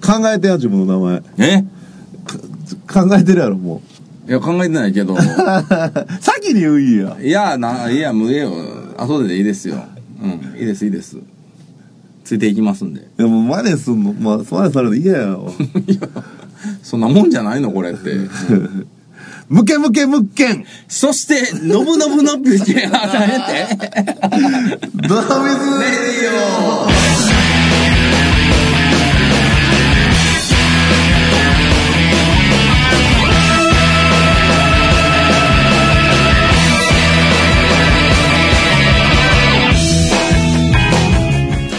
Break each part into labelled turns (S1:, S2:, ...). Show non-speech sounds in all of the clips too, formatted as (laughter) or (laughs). S1: 考えてや、自分の名前。
S2: え
S1: 考えてるやろ、も
S2: いや、考えてな
S1: (laughs)
S2: いけど。
S1: う。 (laughs) 先に言ういいや。
S2: いや、な、いや、もうええよ。後ででいいですよ。うん。いいです、いいです。ついていきますんで。
S1: いや、もう真似すんの、まあ、真似されるの嫌やわ。
S2: いや、そんなもんじゃないの、これって。
S1: ムケムケムッケン
S2: そして、のぶのぶのぶって、あ、やめて。
S1: ドラムズ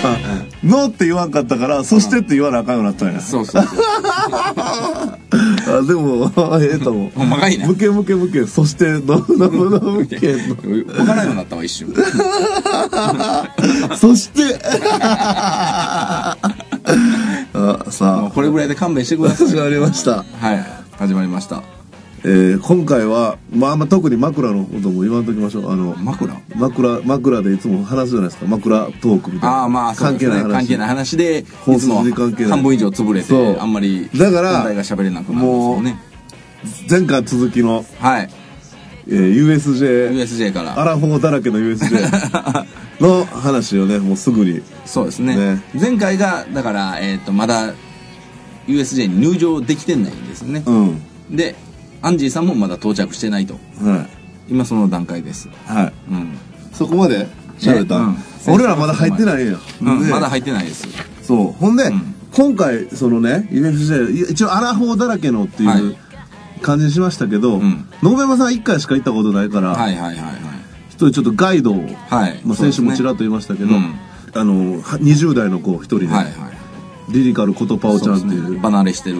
S1: あノーって言わんかったから、そしてって言わなあかんようになったんや。
S2: そうそうそう。
S1: あ、でも、ええと思う。
S2: ほんまかいな。
S1: ムケムケムケ、そして、ノブノブノブケン
S2: わからないようになったわ、一瞬。
S1: の、そして、 (laughs) あ
S2: もう
S1: さ
S2: これぐらいで勘弁してく
S1: あ、
S2: ださい。
S1: 始まりました。
S2: はい。始まりました。
S1: えー今回は、まあ、あんま特に枕のことも言わんときましょう。あの、
S2: 枕
S1: 枕、枕でいつも話すじゃないですか。枕トークみたいな。
S2: ああ、まあ、そう
S1: 関
S2: です
S1: 係な
S2: ね。
S1: い話。
S2: 関係ない話で、い
S1: 本
S2: つ
S1: 筋
S2: も
S1: に関係ない
S2: 半分以上潰れ
S1: そう
S2: て、あんまり、
S1: だから
S2: 問題が喋れなくなるんですよね。
S1: 前回続きの、
S2: はい。
S1: えー USJ、
S2: USJ から。
S1: アラフォーだらけの USJ の話をね、もうすぐに。
S2: そうですね
S1: ね
S2: 前回がだから、えー、とまだ USJ に入場できてないんですね
S1: う、ん。
S2: でアンジーさんもまだ到着してないと
S1: は
S2: 今その段階です
S1: い。はい。
S2: うん、
S1: そこまで喋った、
S2: ねうん
S1: 俺らまだ入ってないんや、
S2: うん
S1: で
S2: まだ入ってないです
S1: そうほんで、
S2: ん
S1: 今回そのね UFJ 一応アラフォーだらけのって
S2: はいいう
S1: 感じにしましたけど、
S2: ん
S1: 野辺山さん1回しか行ったことないから、
S2: はいはいはいはい
S1: 一人ちょっとガイドを、
S2: はい
S1: まあ、
S2: そうで
S1: 先週
S2: すね
S1: もちらっと言いましたけど、
S2: うん
S1: あのは20代の子一人で、
S2: はいはい
S1: リリカルことパオちゃんっていうそ
S2: そ
S1: うう,、
S2: ですね離れしてる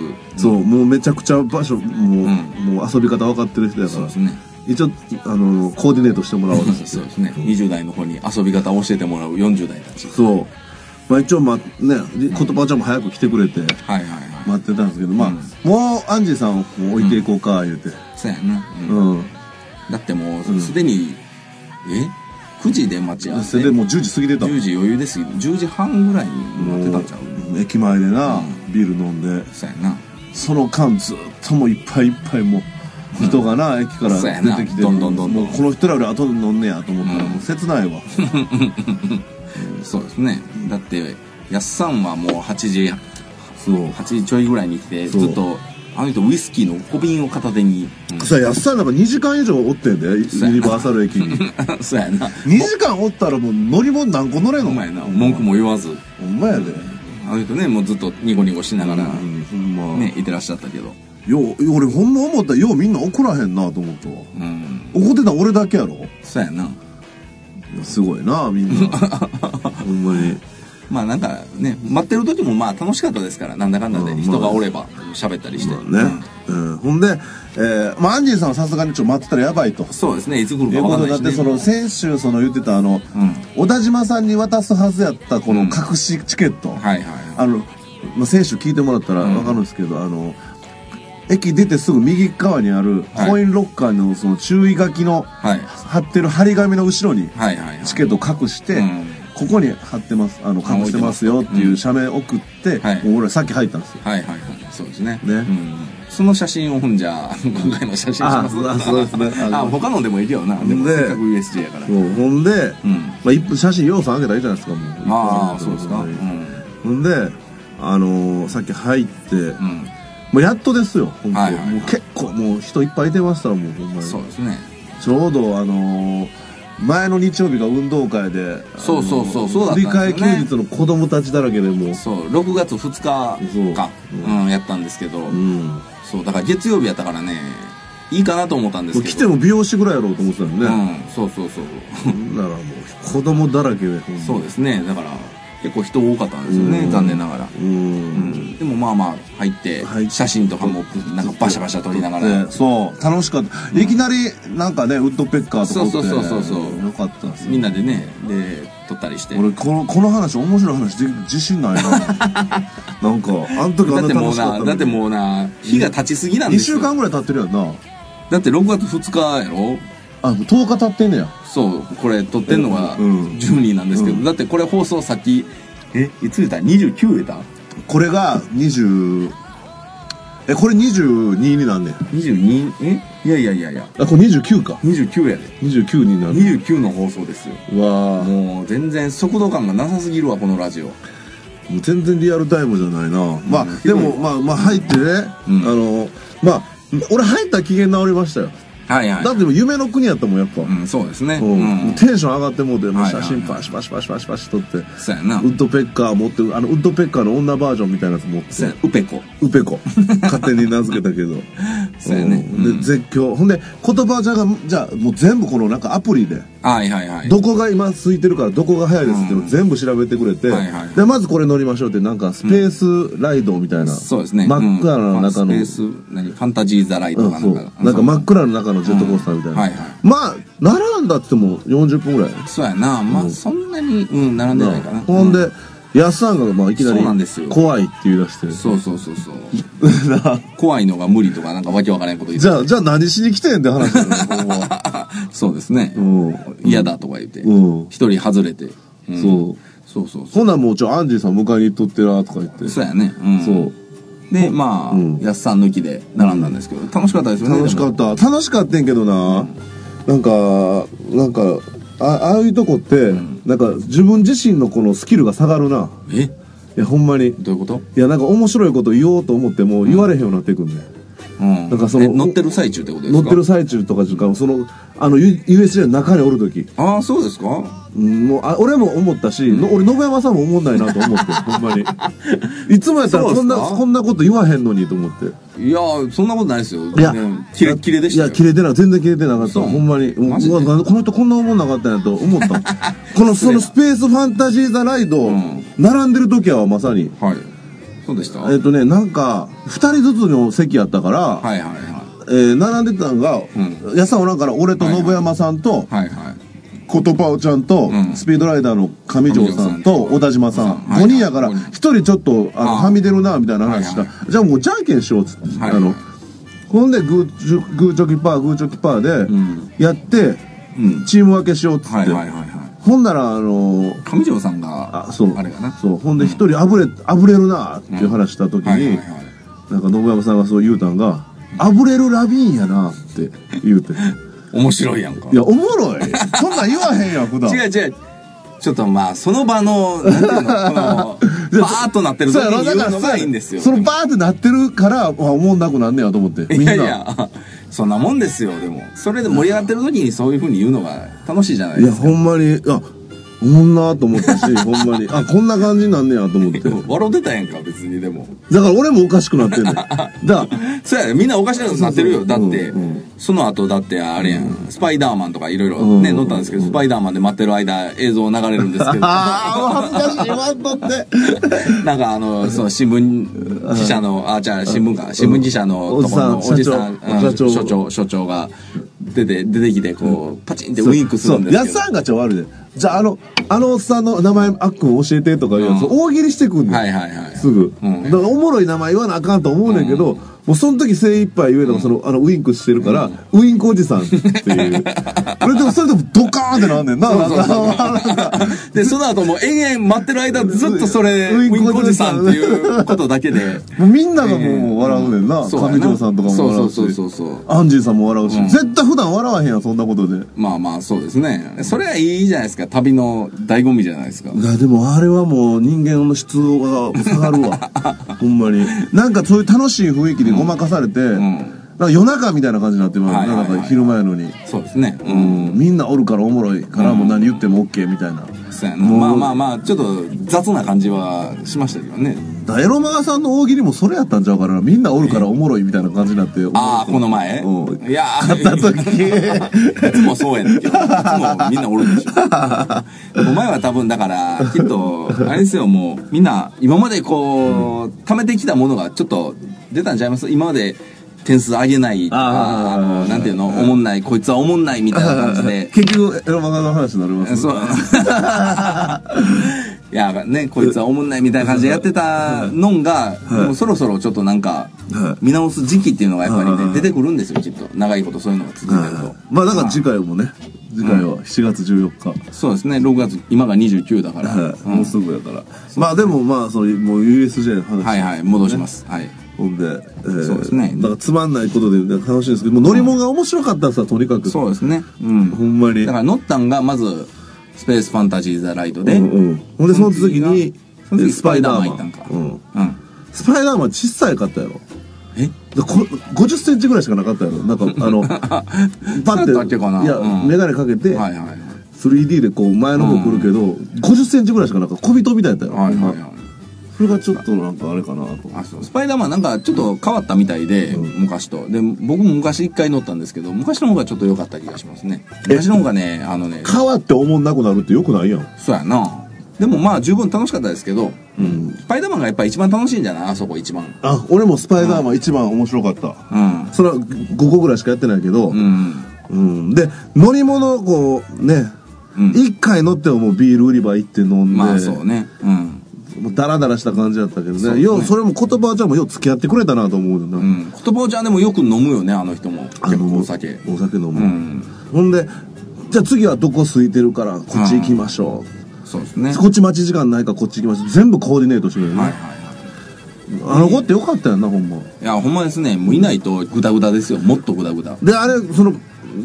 S1: もうめちゃくちゃ場所もう,、
S2: ん
S1: もう遊び方分かってる人やか
S2: そう
S1: ら
S2: ですね
S1: 一応あのコーディネートしてもらおうとして
S2: そうですね20代の子に遊び方を教えてもらう40代たち
S1: そう。まあ一応、まあね、言葉ちゃんも早く来てくれて、
S2: はいはいはい
S1: 待ってたんですけど、まあ、
S2: うん
S1: もうアンジーさんをもう置いていこうか、言うて。
S2: そうやな、うん
S1: うん。
S2: だってもうすでに、え9時で待ち合わ
S1: そ
S2: せ
S1: れでもう10時過ぎてた。
S2: 10時余裕ですよ10時半ぐらいになってたんちゃう
S1: もう駅前でな、ビール飲んで、
S2: そうやな
S1: その間ずっともういっぱいいっぱいもう、人がな、駅から
S2: そうやな
S1: 出てきて、
S2: どんどんどんどん
S1: もうこの人らより後で飲んねやと思ったら、もう切ないわ。
S2: そうですねだってやっさんはもう8時
S1: そう。
S2: 8時ちょいぐらいに来て
S1: そう
S2: ずっとあの人ウイスキーの小瓶を片手に、 (laughs)
S1: さあ、安さんなんか2時間以上おってんで、ユ
S2: そうやな
S1: ニバーサル駅
S2: (laughs)
S1: に。
S2: うんそうやな
S1: 2時間おったらもう乗り物何個乗れん
S2: お
S1: の
S2: 前な文句も言わず
S1: ほんまやで。
S2: あの人ねもうずっとニコニコしながら、
S1: うん、ほんま。
S2: ねいてらっしゃったけど
S1: よう俺ほんま思ったらようみんな怒らへんなと思ったわ
S2: うん
S1: 怒ってたの俺だけやろ
S2: そうやな
S1: すごいなみんな
S2: (laughs)
S1: ほんまに
S2: まあなんかね待ってる時もまあ楽しかったですからなんだかんだ
S1: う
S2: で
S1: んまあ
S2: 人がおれば喋ったりして、
S1: ね、うん、ほんで、えーまあ、アンジーさんはさすがにちょっと待ってたらやばいと
S2: そうですねいつ来る
S1: い
S2: か
S1: う
S2: わ
S1: こ
S2: か
S1: と
S2: んな
S1: にないっ
S2: して
S1: その
S2: ね
S1: 先週その言ってたあの、
S2: うん
S1: 小田島さんに渡すはずやったこの隠しチケット、
S2: はいはいはい
S1: あの、まあ、先週聞いてもらったらわかるんですけど、あの駅出てすぐ右側にある
S2: はい
S1: コインロッカーのその注意書きの
S2: はい
S1: 貼ってる貼り紙の後ろに
S2: はいはいはい
S1: チケットを隠して、
S2: うん
S1: ここに貼ってますあの
S2: あ
S1: 隠してますよっていう社名送って、
S2: はい
S1: もう俺らさっき入ったんですよ
S2: はいはいはいそうですね
S1: ね
S2: うん、その写真をほんじゃあ今回の写真にします
S1: ああそうですねあ
S2: あ
S1: の
S2: 他のでもいるよなでも
S1: で
S2: せっかく USJ やから
S1: そうほんで、
S2: うん
S1: まあ、一分写真要素あげたらいいじゃないですかもう
S2: ああそうですか
S1: ほ
S2: うんん、
S1: で
S2: うん
S1: ほんであのーさっき入って、もうやっとですよ本当、
S2: はいはいはい
S1: もう結構もう人いっぱい出ましたらもうほんまに
S2: そうですね
S1: ちょうどあのー前の日曜日が運動会で
S2: そうそうそう
S1: あのー
S2: そうだったんですよね
S1: 振り替え休日の子供たちだらけでもう
S2: そう6月2日か、
S1: そううん
S2: やったんですけど、
S1: うん
S2: そうだから月曜日やったからねいいかなと思ったん
S1: も
S2: です
S1: う
S2: けど
S1: 来ても美容師ぐらいやろうと思ってたのね、
S2: うんそうそうそう
S1: ならもう子供だらけでほんま
S2: そうですねだから結構人多かったんですよね、
S1: うん
S2: 残念ながら、
S1: う
S2: うんん、でもまあまあ入って
S1: はい
S2: 写真とかもなんかバシャバシャ撮りながら
S1: でそう楽しかった、いきなりなんかねウッドペッカーとか撮って
S2: そうそうそうそうそう
S1: よかったです
S2: みん
S1: な
S2: なでねで撮ったりして
S1: 俺このこの話面白い話で自信
S2: (laughs)
S1: ないななんかあの時あ
S2: だっ
S1: ん
S2: て
S1: な
S2: も
S1: 楽
S2: う
S1: しかった
S2: な
S1: の
S2: だってもうな日が経ちすぎなん
S1: 2
S2: ですよ
S1: 週間ぐらい経ってるやんな
S2: だって6月2日やろ
S1: あもう10日経ってんねや
S2: そうこれ撮ってんのが
S1: うん
S2: 10人なんですけど、だってこれ放送先えいつ言った29言った
S1: これが20えこれ22になんねん
S2: 22えいやいやいやいや
S1: あこれ29か
S2: 29やで
S1: 29になる
S2: 29の放送ですよ
S1: わあも
S2: もう全然速度感がなさすぎるわこのラジオ
S1: う全然リアルタイムじゃないなまあ、でもまあまあ入ってね、
S2: うん
S1: あのまあ俺入ったら機嫌治りましたよ
S2: はいはい
S1: だってもう夢の国やったもんやっぱ、
S2: うんそうですね
S1: そう
S2: うん
S1: テンション上がってもうてもう
S2: はいはい
S1: 写
S2: はい
S1: 真パシパシパシパシパシ撮って、
S2: そうやな
S1: ウッドペッカー持ってあのウッドペッカーの女バージョンみたいなやつ持って
S2: そうやウペコ
S1: ウペ
S2: (laughs)
S1: コ勝手に名付けたけど
S2: そうやね
S1: んで
S2: うん
S1: 絶叫ほんで言葉じゃがじゃあもう全部このなんかアプリで
S2: はいはいはい
S1: どこが今空いてるからどこが早いですっていうのを全部調べてくれて、
S2: はいはい
S1: でまずこれ乗りましょうってなんかスペースライドみたいな、
S2: そうですね
S1: 真っ暗な中
S2: うん
S1: の、
S2: ファスペース何ファンタジー・ザ・ライ
S1: う
S2: ト
S1: ん
S2: かな
S1: そ
S2: ん
S1: う
S2: か
S1: なんか真っ暗の中のジェットコースターみたいな、
S2: はいはい
S1: まあ並んだっつっても40分ぐらい
S2: そうやなまあそんなにうん並んでないかな
S1: ほんで、安さんがまあいきなり
S2: そうなんですよ
S1: 怖いって言い出して
S2: そうそうそうそう
S1: (laughs)
S2: 怖いのが無理とかなんかわけわからんこと言って
S1: じゃあじゃあ何しに来てんって話だよほんまは
S2: (laughs) そうですね
S1: うん
S2: 嫌だとか言って
S1: うん
S2: 一人外れてうん
S1: そう
S2: そうそうそ
S1: ほんならもうちょアンジーさん迎えに行っとってなとか言って
S2: うそうやねうん
S1: そう
S2: でまあ
S1: うん
S2: 安さん抜きで並んだんですけど楽しかったですよね
S1: 楽しか
S2: た
S1: った楽しかったんけどな、なんかなんかあああいうとこって、なんか自分自身のこのスキルが下がるな
S2: え
S1: いやほんまにい
S2: どういうこと
S1: やなんか面白いこと言おうと思っても言われへんようになってくんね、
S2: うん
S1: なんかその
S2: え乗ってる最中ってことです
S1: 乗
S2: か
S1: ってる最中とか時間そのあの U- USJ の中におる時
S2: ああそうですか
S1: うんもうあ俺も思ったし、の俺信山さんも思んないなと思ってほんま
S2: (laughs)
S1: にいつもやったら
S2: そうっす
S1: こ
S2: か
S1: んなこんなこと言わへんのにと思って
S2: いやそんなことないですよ
S1: いや
S2: 全然キレッキレでした
S1: い
S2: よ
S1: やキレてない全然キレてなかった
S2: そう
S1: ほんまにう
S2: マジで
S1: うわなんでこの人こんな思んなかったんやと
S2: (laughs)
S1: 思ったこのそのスペースファンタジー・ザ・ライド、
S2: ん
S1: 並んでる時はまさに
S2: はいそうでした
S1: えっ、とねなんか2人ずつの席やったから、
S2: はいはいは
S1: えー並んでたんが、
S2: う
S1: やさおらんから俺と信山さんと、
S2: いはいはい
S1: ことぱおちゃんと、
S2: うん
S1: スピードライダーの上条さんと小田島さん、
S2: はい
S1: 5人やから
S2: はい
S1: 1人ちょっとあの
S2: ああ
S1: はみ出るなみたいな話した、
S2: はいは
S1: じゃあもうじゃんけんしようっつって、
S2: はい
S1: あのほんでグーチョグーチョキパーグーチョキパー
S2: ん
S1: でやって、
S2: うん
S1: チーム分けしようっつって、
S2: はいはいはいはい
S1: ほんならあの
S2: 上条さんが
S1: あそう
S2: あれかな
S1: そうほんで1人あぶれあぶれるなっていう話した時に、
S2: はいはいはい
S1: なんか信山さんがそう言うたんが「あぶれるラビーンやな」って言うて「
S2: 面白いやんか
S1: いやおもろいそんなん言わへんやん普段
S2: 違う違うちょっとまあその場のなん
S1: (laughs)
S2: ていうのこのバーっとなってる時
S1: そうや
S2: に
S1: ろだ
S2: 言
S1: か
S2: う
S1: ら
S2: の
S1: そうや
S2: が
S1: ね
S2: いいんですよ
S1: そのバーってなってるから、まあ、おもんなくなんねやと思ってみ
S2: い
S1: んな
S2: やいやそんなもんですよでもそれで盛り上がってる時にそういうふうに言うのが楽しいじゃない
S1: い
S2: で
S1: や
S2: すか
S1: ほんまにあおもんなと思ったしほんまにあこんな感じになんねやと思
S2: (laughs)
S1: ってだか
S2: 笑うてたやんか別にでも
S1: ら俺もおかしくなってんね
S2: (laughs)
S1: んだから
S2: そうやみんなおかしなことになってるよ
S1: そうそ
S2: だ
S1: う
S2: っ
S1: そう
S2: て
S1: うんう
S2: その後だってあれやんスパイダーマンとかいろいろ
S1: うん
S2: ね乗ったんですけどスパイダーマンで待ってる間映像流れるんですけ
S1: (laughs)
S2: ど
S1: ああ恥ずかしい言わんとって
S2: (laughs) なんかあの、その新聞記者の、あ、じゃあ新聞か、新聞記者の
S1: うん
S2: ところのお
S1: お
S2: じ
S1: じ
S2: さ
S1: さ
S2: ん
S1: ん、
S2: うん
S1: 社長
S2: 所長、所長が出て、出てきて、こう、パチンってウインクするんです
S1: そう
S2: け
S1: や
S2: ど
S1: っ。さんがちょ悪いでじゃああのあのおっさんの名前あっくん教えてとかいうやつ、
S2: うん
S1: 大喜利してくんねん、
S2: はいはいはい。
S1: すぐ、
S2: うん
S1: だからおもろい名前言わなあかんと思うねんけど、もうその時精一杯言えたのがその、あのウインクしてるから、ウインクおじさんっていう俺でもそれでもドカーンってなんねんな
S2: そうそうそう
S1: なんかなんか
S2: で、その後もう (laughs) 延々待ってる間ずっとそれ、ウ
S1: ウ
S2: イ
S1: イ
S2: ン
S1: ンク
S2: クおじさんっていうことだけで。
S1: もうみんながもう笑うねんな、
S2: そうやな
S1: 上条さんとかも笑うし
S2: そうそうそうそう
S1: アンジーさんも笑うし、絶対普段笑わへんやんそんなことで。
S2: まあまあ、そうですね。それはいいじゃないですか。旅の醍醐味じゃないですか。
S1: いやでもあれはもう人間の質が下がる
S2: (laughs)
S1: わほんまになんかそういう楽しい雰囲気でごまかされて、
S2: ん
S1: なんか夜中みたいな感じになってまう、
S2: はいはいはい
S1: なんか昼前やのに、
S2: そうですね。う。
S1: うんん、みんなおるからおもろいから、もう何言っても OK みたいな
S2: そうやな。まあまあまあ、ちょっと雑な感じはしましたけどね。
S1: だエロマガさんの大喜利もそれやったんちゃうからなみんなおるからおもろいみたいな感じになって
S2: (laughs) ああ、この前
S1: うん
S2: いやー
S1: 買った時
S2: いつもそうやねんけど、いつもみんなおるんでしょ。お前は多分だから、きっと、あれですよ、もう、みんな、今までこう、貯めてきたものがちょっと出たんちゃいます今まで点数上げないとか、
S1: あー
S2: あの、なんていうの、おもんない、こいつはおもんないみたいな感じで。
S1: 結局エロマガの話になりますね
S2: そう。い (laughs) やねこいつはおもんないみたいな感じでやってたのんが、でもそろそろちょっとなんか
S1: は
S2: 見直す時期っていうのがやっぱり
S1: はい
S2: ね出てくるんですよきっと長いことそういうのが続いてると
S1: まあだから次回もね次回は7月14日、
S2: そうですね6月今が29だから、
S1: はい
S2: うん
S1: もうすぐやから、まあでもまあそのもう USJ の話、
S2: はいはい戻します、はい
S1: ほんで、えー
S2: そうですね
S1: だからつまんないことでなんか楽しいんですけどもう乗り物が面白かったさとにかく
S2: そうですねうん
S1: ほんまに
S2: だからノッタンがまずスペースファンタジー・ザ・ライトで、
S1: うんうんほんでその次に
S2: その次
S1: え
S2: スパイダーマン行ったんか
S1: うん、
S2: うん
S1: スパイダーマン小さいかったやろ
S2: え
S1: でこ50センチぐらいしかなかったやろなんか
S2: (laughs)
S1: あのパ
S2: そうやったっけかない
S1: や、
S2: うん
S1: 眼鏡かけて、
S2: はいはいはい
S1: 3D でこう前の方来るけど、50センチぐらいしかなんか小人みたいだったよ、
S2: はいはいはい
S1: それがちょっとなんかあれかなと
S2: あそうスパイダーマンなんかちょっと変わったみたいで、昔とで僕も昔一回乗ったんですけど昔の方がちょっと良かった気がしますね昔の方がねあのね
S1: 変わって思んなくなるってよくないやん
S2: そうやなでもまあ十分楽しかったですけど、スパイダーマンがやっぱ一番楽しいんじゃないあそこ一番
S1: あ俺もスパイダーマン一番面白かった、
S2: うん
S1: それは5個ぐらいしかやってないけど、
S2: うん
S1: うん、で乗り物こうね、
S2: うん
S1: 一回乗ってももうビール売り場行って飲んで、
S2: まあそうねうん
S1: もうダラダラした感じだったけどね
S2: そうね
S1: ようそれも言葉じゃもうよう付き合ってくれたなと思うよな、
S2: うん言葉ちゃんでもよく飲むよねあの人も
S1: あ
S2: 結
S1: の
S2: 構お酒
S1: お酒飲む、
S2: うん
S1: ほんでじゃあ次はどこ空いてるからこっち行きましょ
S2: そうですね
S1: う、こっち待ち時間ないからこっち行きましょう全部コーディネートしてくれるね、
S2: はいはいは
S1: あの子ってよかったよなほんま
S2: いいやほんまですねもういないとグダグダですよもっとグダグダ
S1: であれその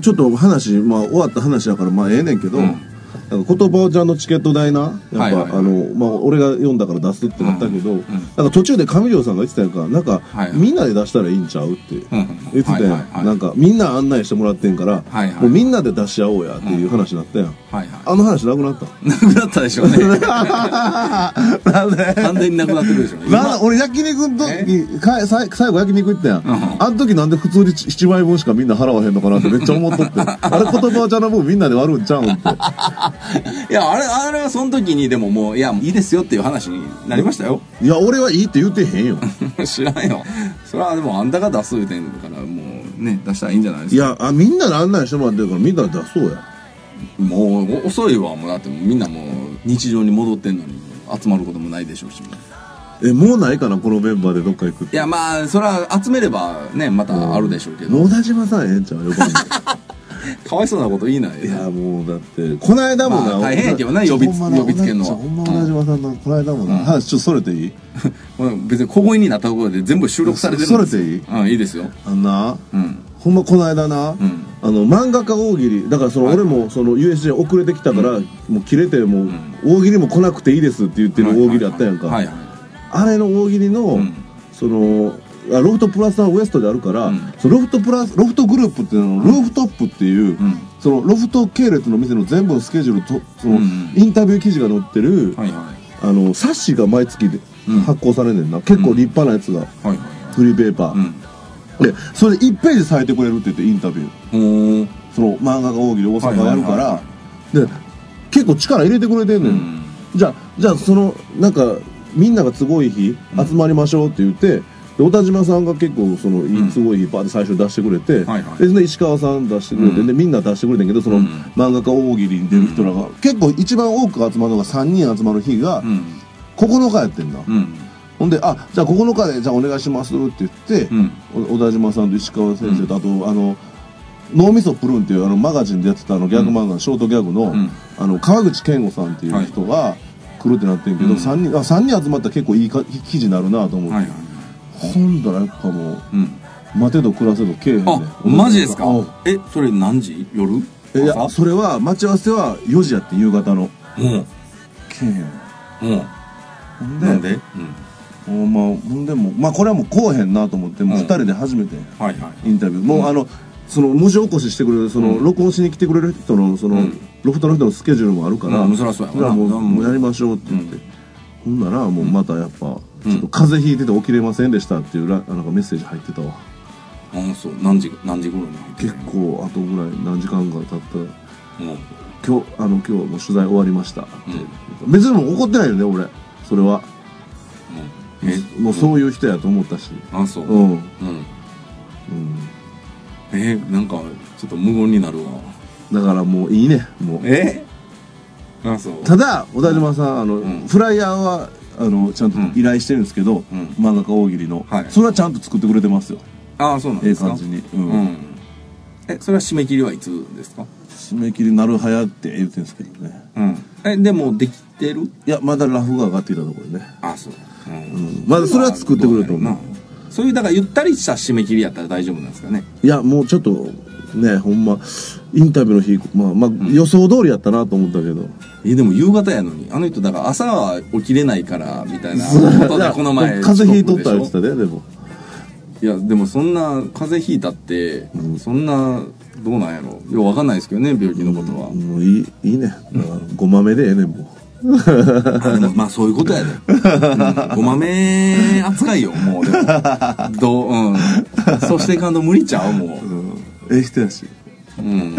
S1: ちょっと話、まあ、終わった話やからまあええねんけど、
S2: うん
S1: なんか言葉をちゃんのチケット代なやっぱ、
S2: はいはいはい
S1: あのまあ、俺が読んだから出すってなったけど、
S2: うんうん
S1: なんか途中で上條さんが言ってたやんかなんか、
S2: はいはい
S1: みんなで出したらいいんちゃうって
S2: うん
S1: 言ってたやん、
S2: はいはいはい
S1: なんかみんな案内してもらってんから、
S2: はいはい
S1: もうみんなで出し合おうやっていう話になったやん、
S2: はい (laughs) は
S1: あの話なくなった
S2: いなくなったでしょう
S1: (laughs)
S2: ね
S1: なんで
S2: 完全になくなってるでしょうね今
S1: なんだ俺焼肉の時かさい最後焼肉行ったやん、
S2: ん
S1: あの時なんで普通に7枚分しかみんな払わへんのかなってめっちゃ思っとって (laughs) あれ言葉ちゃんの分みんなで割るんちゃうんって
S2: いや、あれ、あれはその時にでももう、いや、いいですよっていう話になりましたよ。 (laughs)
S1: いや俺はいいって言ってへんよ
S2: 知らんよ。それはでもあんたが出す言うてんだから、もうね、出したらいいんじゃないです
S1: い
S2: か。
S1: やあみんなで案内してもらってるからみんなで出そうや
S2: もうお遅いわ、もうだってみんなもう日常に戻ってんのに、集まることもないでしょうし。い
S1: えもうないかなこのメンバーでどっか行くって
S2: や、まあ、それは集めればね、またあるでしょうけど、
S1: 野田島さんええんちゃうよかんない
S2: かわいそうなこと言いない
S1: (laughs) い
S2: よ
S1: やもうだってこないだもな、
S2: まあ大変やけどな
S1: ほんま
S2: 呼びつ呼びつけんのは
S1: ほんま小田島さんのこないだもな、
S2: うん
S1: 話ちょっとそれていい
S2: もう別に小声になったところで全部収録されてるんです
S1: それでいい
S2: うん、いいですよ。
S1: あんな
S2: うん。
S1: ほんまこの間な、
S2: ん
S1: あの漫画家大喜利だからその俺もその USJ 遅れてきたから、もう切れてもう大喜利も来なくていいですって言ってる大喜利あったやんか、
S2: はいはい。
S1: あれの大喜利の、
S2: ん
S1: そのあロフトプラスのウエストであるから、
S2: うん
S1: そのロフトプラスロフトグループっていうのルーフトップっていう、
S2: ん
S1: そのロフト系列の店の全部のスケジュールとその、
S2: うん
S1: インタビュー記事が載ってる、
S2: はいはい。
S1: あの冊子が毎月で
S2: うん
S1: 発行されんねんな、結構立派なやつが、
S2: はいはい。
S1: フリーペーパー、
S2: うん。
S1: でそれで1ページ咲いてくれるって言ってインタビュー
S2: ほー。
S1: その漫画が大喜利大阪がやるか
S2: はいは
S1: らで結構力入れてくれてんの
S2: う
S1: よ、
S2: ん。
S1: じゃあじゃあそのなんかみんなが都合いい日集まりましょうって言って、で小田島さんが結構そのいい都合いい日バーって最初出してくれて、
S2: はいはい
S1: でその石川さん出してくれて、
S2: うん
S1: でみんな出してくれてんけどその
S2: うん
S1: 漫画家大喜利に出る人らが、結構一番多く集まるのが3人集まる日が
S2: うん。
S1: 9日やってんだ、
S2: うん。
S1: ほんで「あじゃあ9日でじゃあお願いします」って言って、
S2: うん。
S1: お小田島さんと石川先生と、あとあの「脳みそプルーン」っていうあのマガジンでやってたあのギャグ漫画、ショートギャグの,、
S2: ん
S1: あの川口健吾さんっていう人が来るってなってんけど、
S2: うん
S1: 三人あ3人集まったら結構いいか記事になるなと思って、
S2: はいはい。
S1: 今度はやっぱもう
S2: うん。
S1: 待てど暮らせどけえへんね
S2: あ、マジですか
S1: あ
S2: え、それ何時夜
S1: えいや
S2: 朝
S1: それは待ち合わせは4時やって夕方の
S2: うん。
S1: けえへん
S2: うん。
S1: ほんで
S2: なんでうん。
S1: ほんまほんでもうまあこれはもう来おへんなと思ってもう
S2: うん
S1: 2人で初めて、
S2: はいはい。
S1: インタビューもう、あのその文字起こししてくれるその、
S2: うん
S1: 録音しに来てくれる人のその、
S2: うん
S1: ロフトの人のスケジュールもあるから、
S2: うんそらそうやわ
S1: だから
S2: な
S1: もう
S2: うん
S1: もうやりましょうって言って、ほんならもうまたやっぱ、ちょっと風邪ひいてて起きれませんでしたっていうらなんかメッセージ入ってたわ
S2: あ、そう。何時、何時頃に入って
S1: 結
S2: る
S1: 構後ぐらい何時間か経った
S2: うん。
S1: 今日あの今日はもう取材終わりましたって、別にもう怒ってないよね俺それは
S2: うん。え
S1: もうそういう人やと思ったし
S2: あ、そう。
S1: う
S2: うん。
S1: ん、うん
S2: え、なんか、ちょっと無言になるわ。
S1: だからもういいねもう
S2: えあそう
S1: ただ小田島さんあの、
S2: ん
S1: フライヤーはあのちゃんと
S2: ん
S1: 依頼してるんですけど、
S2: うん
S1: 漫画家大喜利の、
S2: はい
S1: それはちゃんと作ってくれてますよ
S2: ああそうなん
S1: え
S2: で
S1: え
S2: すか
S1: 感じに、う
S2: うんん、えそれは締め切りはいつですか
S1: 締め切りなるはやって言ってんですけどね
S2: うんえでもできてる
S1: いやまだラフが上がっていたところでね
S2: あそう、うん
S1: うんまだそれは作ってくれると思う
S2: そういうだからゆったりした締め切りやったら大丈夫なんですかね
S1: いやもうちょっとねほんまインタビューの日、まあまあ、予想通りやったなと思ったけど、
S2: えでも夕方やのにあの人だから朝は起きれないからみ (laughs) たいなこと
S1: いや
S2: でこの前
S1: 風邪ひいとったら
S2: 遅刻
S1: 言ったでで
S2: でして
S1: も
S2: ょいやでもそんな風邪ひいたって、そんなどうなんやろようわかんないですけどね病気のことは、
S1: もういいいいねだからごまめでええねんも
S2: あでもまあそういうこと (laughs) やで、うん、ごまめ扱いよもう (laughs) でもどううんそうしていかんと無理ちゃうも
S1: う、ええ人やし
S2: ううん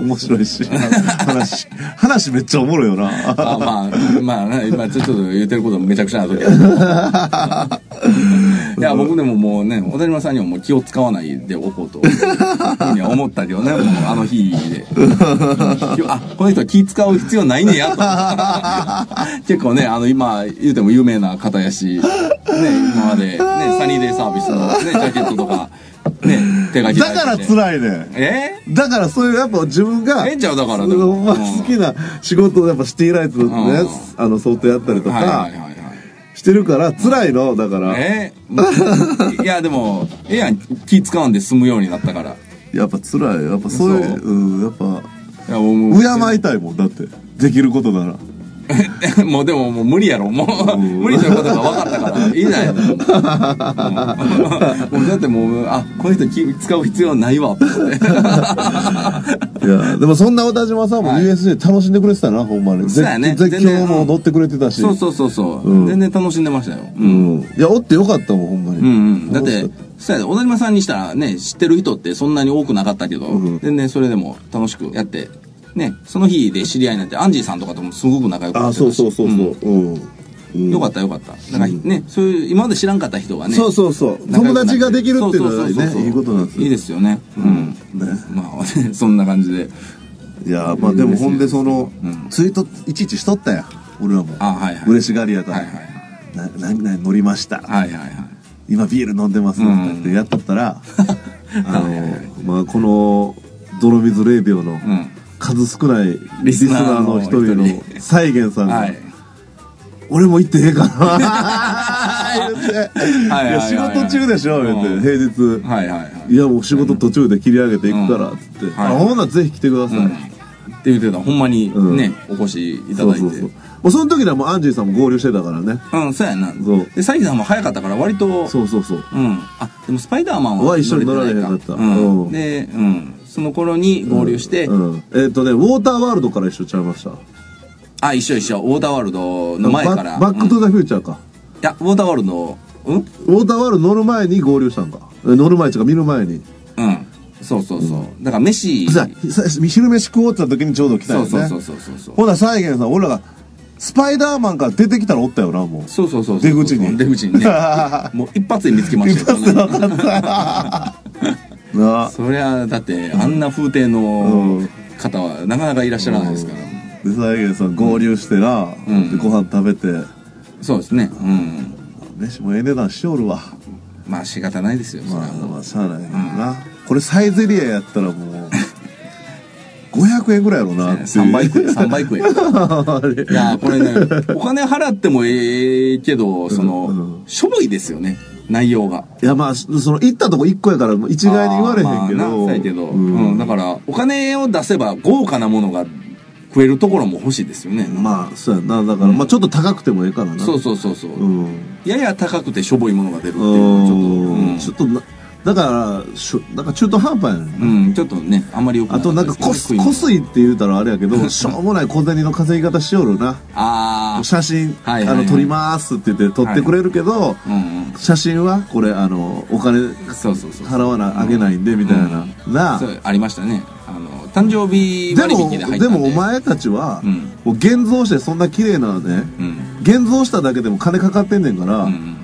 S1: (laughs) 面白いし話話めっちゃおもろいよな
S2: まあまあ、まあな、今ちょっと言ってることめちゃくちゃな時やけどいや、僕でももうね、小田島さんにはもう気を使わないでおこうと、いうふうには思ったけどね、もうあの日で。あ、この人は気使う必要ないねや、と。 (laughs) 結構ね、あの今、言うても有名な方やし、ね、今まで、ね、サニーデイサービスのね、ジャケットとか、ね、手書き
S1: だから
S2: い。
S1: 辛いね
S2: え
S1: だからそういうやっぱ自分が
S2: ええんちゃうだからで
S1: そ
S2: も
S1: のほんま
S2: うん
S1: 好きな仕事をやっぱシティライツのね、
S2: うん
S1: あの相当やったりと
S2: はいはい
S1: か
S2: はいはい。
S1: してるから辛いのだから、
S2: えいやでもええやん気使うんで済むようになったからい
S1: やっぱ辛いやっぱそういう
S2: そう
S1: うんやっぱ
S2: やも
S1: 敬いたいもんだってできることなら
S2: う (laughs) もうでももう無理やろもう無理ということが分かったからいいじゃないのもう
S1: (laughs)
S2: もうだってもうあこの人気使う必要ないわと思って
S1: いやでもそんな小田島さんも
S2: はい
S1: USJ 楽しんでくれてたなほんまに
S2: そうやね
S1: 絶絶
S2: 全然
S1: 叫も乗ってくれてたし
S2: そうそうそうそう、
S1: うん
S2: 全然楽しんでましたよう
S1: うんんいやおってよかったもんほんまに
S2: うんうん、だって
S1: 楽しか
S2: そうやで小田島さんにしたらね知ってる人ってそんなに多くなかったけど、全然それでも楽しくやってねその日で知り合いになってアンジーさんとかともすごく仲良く
S1: た
S2: な
S1: あ
S2: ってたし
S1: そうそうそうそううん、うん
S2: よかったよかった。なんかね、そういう、今まで知らんかった人がね。
S1: そうそうそう
S2: 仲良くな
S1: 友達ができるっていうのはね
S2: そそそそ
S1: いいことなんですよ
S2: いいですよね。うん。
S1: ね
S2: まあ、 (laughs) そんな感じで。
S1: いやまあでもほんでその、
S2: うん
S1: ツイートいちいちしとったやん俺らも
S2: あはいはい
S1: 嬉しがりやから、
S2: はいはい
S1: な何々乗りました、
S2: はいはいはい。
S1: 今ビール飲んでます
S2: うん
S1: ってやっとった
S2: (laughs)
S1: ら、あのまあこの泥水0秒の
S2: うん。
S1: 数少ないリ
S2: リ
S1: ス
S2: ス
S1: ナ
S2: ナ
S1: ー
S2: ー
S1: の
S2: の
S1: 一人
S2: 一
S1: の
S2: 人
S1: 再現さんが、
S2: はい。
S1: 俺も行ってええかな言
S2: (laughs)
S1: うて
S2: はいはいはい
S1: いや仕事中でしょ」言
S2: う
S1: うんて平日、
S2: はいはいはい
S1: やもう仕事途中で切り上げていくから」っつって「
S2: うん
S1: あほんならぜひ来てください」
S2: い。って言ってた。ほんまに
S1: うん
S2: ね、お越しいた
S1: そ
S2: だ
S1: う
S2: い
S1: そうそう
S2: て
S1: も。うその時にはもうアンジーさんも合流してたからね
S2: うん、そうやな
S1: そう。
S2: で、サイさんも早かったから割と、
S1: そうそうそう
S2: うん。あ、でもスパイダーマン
S1: は
S2: は
S1: 一緒に乗られへ
S2: れ
S1: ん
S2: てな
S1: かっ
S2: い
S1: た
S2: う
S1: うん
S2: ん。で、うん。その頃に合流して、
S1: うん、えっ、とねウォーターワールドから一緒ちゃいました
S2: あ、一緒一緒。ウォーターワールドの前か
S1: バ
S2: ら。
S1: バック・トゥ・ザ・フューチャーか、
S2: いや、ウォーターワールドの、うん
S1: ウォーターワールド乗る前に合流したんかえ乗る前とか見る前に
S2: うん。そうそうそう。だから飯、
S1: ささ昼飯食おうってた時にちょうど来た
S2: そ
S1: よ
S2: う
S1: ね
S2: そうそうそうそうそう。
S1: ほな再現さん俺らがスパイダーマンから出てきたらおったよなも
S2: (laughs)
S1: う
S2: そうそうそうそう。
S1: 出口に
S2: 出口に
S1: (laughs)
S2: ね。もう一発で見つけましたよ。
S1: 一発で分かったなあ
S2: そりゃ、だって、あんな風亭
S1: う
S2: の
S1: ん
S2: 方はなかなかいらっしゃらないですから。
S1: で再現さん合流してな、
S2: うん
S1: でご飯食べて
S2: そうですね。うん。
S1: 飯もええ値段しおるわ
S2: まあ仕方ないですよ、そ
S1: ま
S2: ら
S1: あ。まあしゃあないけどな、これサイゼリアやったらもう500円ぐらいやろなっていう
S2: 3倍食え、3倍食え。
S1: (laughs)
S2: いや、これね、お金払ってもええけど、その、しょぼいですよね、内容が。
S1: いやまあその行ったとこ1個やから一概に言われへんけ
S2: あ
S1: ど,、
S2: ーまあなそうやけど、
S1: う
S2: うんんだからお金を出せば豪華なものが食えるところも欲しいですよね、
S1: まあそうやなだから、まあちょっと高くてもええからな
S2: そうそうそうそう、
S1: うん
S2: やや高くてしょぼいものが出るっていう
S1: うん
S2: ち
S1: ち
S2: ょ
S1: ょっ
S2: っ
S1: となだからしょなんか中途半端やね
S2: とうん、うん、ちょっとねあんまりよく
S1: あとなんかこすこすい
S2: い
S1: って言うたらあれやけ
S2: (laughs)
S1: どしょうもない小銭の稼ぎ方しよるな
S2: ああ
S1: 写真、
S2: はいはいはい
S1: あの撮りますって言って撮ってくれるけど、
S2: うんうん
S1: 写真はこれあのお金
S2: そうそうそう
S1: 払わなあげないんでみたいな、なあ
S2: そうありましたねあの誕生日
S1: で
S2: 割引で入ったん
S1: も
S2: で
S1: でもお前たちは、
S2: うん
S1: もう現像してそんな綺麗なね
S2: うん
S1: 現像しただけでも金かかってんねんから、
S2: うん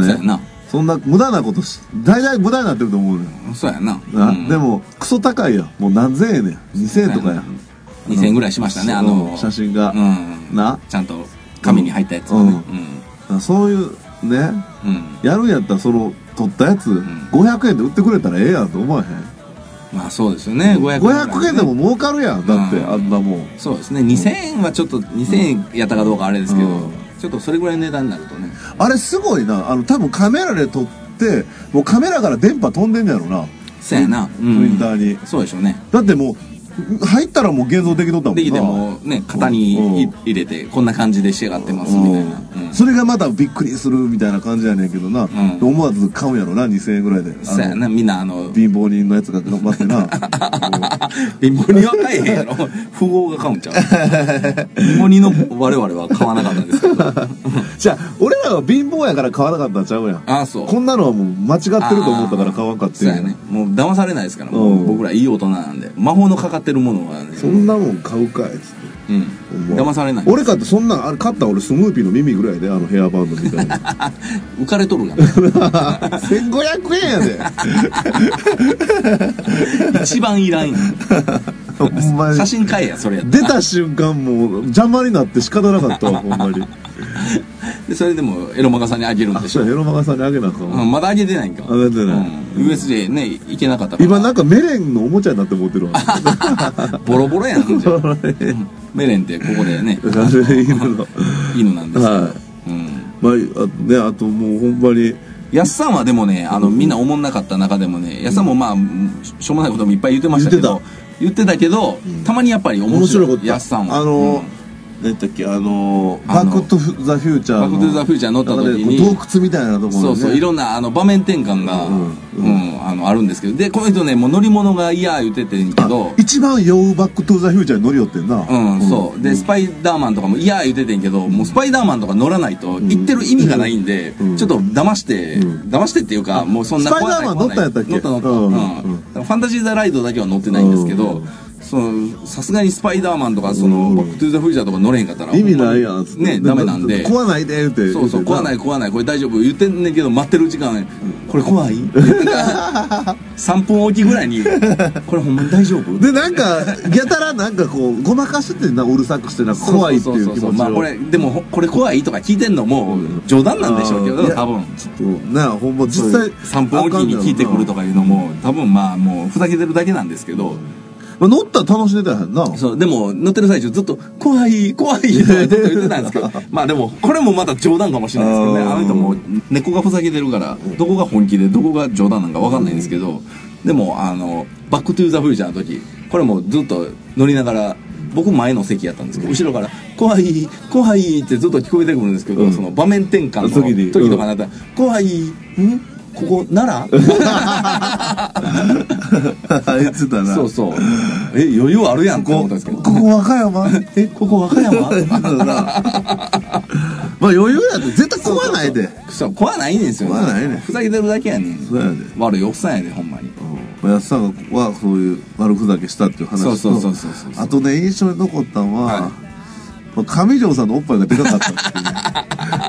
S2: そうや
S1: ね
S2: な
S1: そんな無駄なことし大体無駄になってると思うねん
S2: そうやな
S1: な、
S2: うん
S1: でもクソ高いやんもう何千円やん2000円とかやん
S2: 2000円ぐらいしましたねあ
S1: そ
S2: の
S1: う写真が
S2: うん
S1: な
S2: ちゃんと紙に入ったやつをね
S1: そういうね
S2: うんうん
S1: やるんやったらその取ったやつ、
S2: ん
S1: 500円で売ってくれたらええやんと思わへん
S2: まあそうですよね500円ぐらいね
S1: 500円でも儲かるやんだって、
S2: うん
S1: あんなもん
S2: そうですね2000円はちょっと2000円やったかどうかあれですけど、
S1: うん
S2: ちょっとそれぐらいの値段になるとね
S1: あれすごいなあの多分カメラで撮ってもうカメラから電波飛んでんのやろな
S2: そうやな、う
S1: プリンターに
S2: そうでしょうね
S1: だってもう入ったらもう現像できとったもんな
S2: できてもうね型にい
S1: うん
S2: 入れてこんな感じで仕上がってますみたいな、うん
S1: それがまたびっくりするみたいな感じやねんけどな、
S2: ん
S1: 思わず買うんやろな2000円ぐらいであ
S2: そうや
S1: の
S2: なみんなあの
S1: 貧乏人のやつが頑張ってな
S2: 貧乏人は買えへんやろ富豪が買うんちゃう貧乏人の我々は買わなかったんですけど
S1: (laughs) (laughs) じゃあ俺らは貧乏やから買わなかったんちゃうやん
S2: ああそう
S1: こんなのはもう間違ってると思ったから買わんかって
S2: そう
S1: る
S2: やねもう騙されないですからも
S1: う
S2: うん僕らいい大人なんで魔法のかかってるものはね
S1: そんなもん買うかいっつって
S2: うん
S1: ほんま
S2: 騙されない
S1: 俺かってそんなんあれ買ったん俺スヌーピーの耳ぐらいであのヘアバンドみたいな
S2: (laughs) 浮かれとるがな
S1: 1500円やで
S2: 一番いらんやん
S1: ほんまに
S2: 写真買えやそれやった
S1: 出た瞬間もう邪魔になって仕方なかったわほんま
S2: (laughs)
S1: に
S2: でそれでもエロマガさんにあげるんでし
S1: そ
S2: ょ
S1: うやヘロマガさんにあげなあかんわ
S2: うんまだあげてないんか
S1: あげてない
S2: うん USJ ね行けなかったから
S1: 今なんかメレンのおもちゃになって持ってるわ
S2: ボロボロやんほんじゃうんメレンってここでね
S1: あれいる
S2: (laughs)
S1: の
S2: 犬なんですけど
S1: は
S2: うん
S1: まああねあともうほんまに
S2: やっさんはでもねあのみんな思んなかった中でもねやっさんもまあししょうもないこともいっぱい言ってましたけど言ってたけどたまにやっぱり面
S1: 面白
S2: 白い
S1: かった
S2: やっさんは
S1: あ
S2: うん
S1: の、何やったっけあの「
S2: あ
S1: バ
S2: の
S1: ック・トゥ・ザ・フューチャー」
S2: バックトゥザフューチャー乗った時に
S1: 洞窟みたいなところ
S2: そうそういろんなあの場面転換が、う
S1: うんん
S2: あのあるんですけどでこの人ねもう乗り物が嫌言っててんけど
S1: 一番酔うバック・トゥ・ザ・フューチャーに乗り寄ってんな
S2: うん、そうでスパイダーマンとかも嫌言っててんけどもうスパイダーマンとか乗らないと言ってる意味がないんで、
S1: うん
S2: ちょっと騙して、
S1: うん
S2: 騙してっていうかもうそんな
S1: スパイ
S2: 怖
S1: ダ
S2: い
S1: ーマン
S2: 怖い
S1: 乗ったんやったっけ
S2: 乗った乗った、
S1: うん
S2: うんだからファンタジー・ザ・ライドだけは乗ってないんですけど、
S1: うん
S2: そのさすがにスパイダーマンとかその、
S1: うん
S2: バック・トゥ・ザ・フューチャーとか乗れへんかったら
S1: 意味ないやんつって
S2: ねダメなんで
S1: 食わないでって言って
S2: そうそう食わない食わないこれ大丈夫言ってんねんけど待ってる時間これ
S1: (laughs)
S2: 怖い3分おきぐらいにこれほんまに大丈夫
S1: でなんかやたらなんかこうごまかしてんなうるさくしてな
S2: そう
S1: 怖いっていう
S2: そ
S1: 気
S2: そそ
S1: 持ちを
S2: まあこれでもほこれ怖いとか聞いてんのも
S1: ん
S2: 冗談なんでしょうけ
S1: あー
S2: ど
S1: いや
S2: 多分
S1: ちょっとなあほんま実際
S2: 3分おきに聞いてくるとかいうのも多分まあもうふざけてるだけなんですけど
S1: まあ、乗ったら楽しんでたやんな
S2: そうでも乗ってる最中ずっと怖い怖いとかずっと言ってたんです
S1: (laughs)
S2: けどまあでもこれもまた冗談かもしれないですけどね
S1: あー
S2: あの人も根っこがふざけてるからどこが本気でどこが冗談なんかわかんないんですけどでもあの「バック・トゥ・ザ・フューチャー」の時これもずっと乗りながら僕前の席やったんですけど後ろから「怖い怖い」ってずっと聞こえてくるんですけど、
S1: うん
S2: その場面転換の
S1: 時に
S2: 時とかになったら「怖いんここ
S1: (laughs)
S2: 奈良?」
S1: 言ってたな
S2: そうそう「え余裕あるやん」って
S1: ここ
S2: 思ったんですけど
S1: ここ和歌山
S2: えここ和歌山?」
S1: (laughs) まあ余裕やで絶対食わないで
S2: そう怖ないんですよ
S1: 怖ないね
S2: ふざけてるだけやねん
S1: そうやで
S2: 悪いおっさんやでほんまに
S1: まあやっさんはそういう悪ふざけしたっていう話と
S2: そうそうそうそうそう
S1: あとね印象に残ったのは、
S2: はい
S1: まあ上条さんのおっぱいがでかかったっ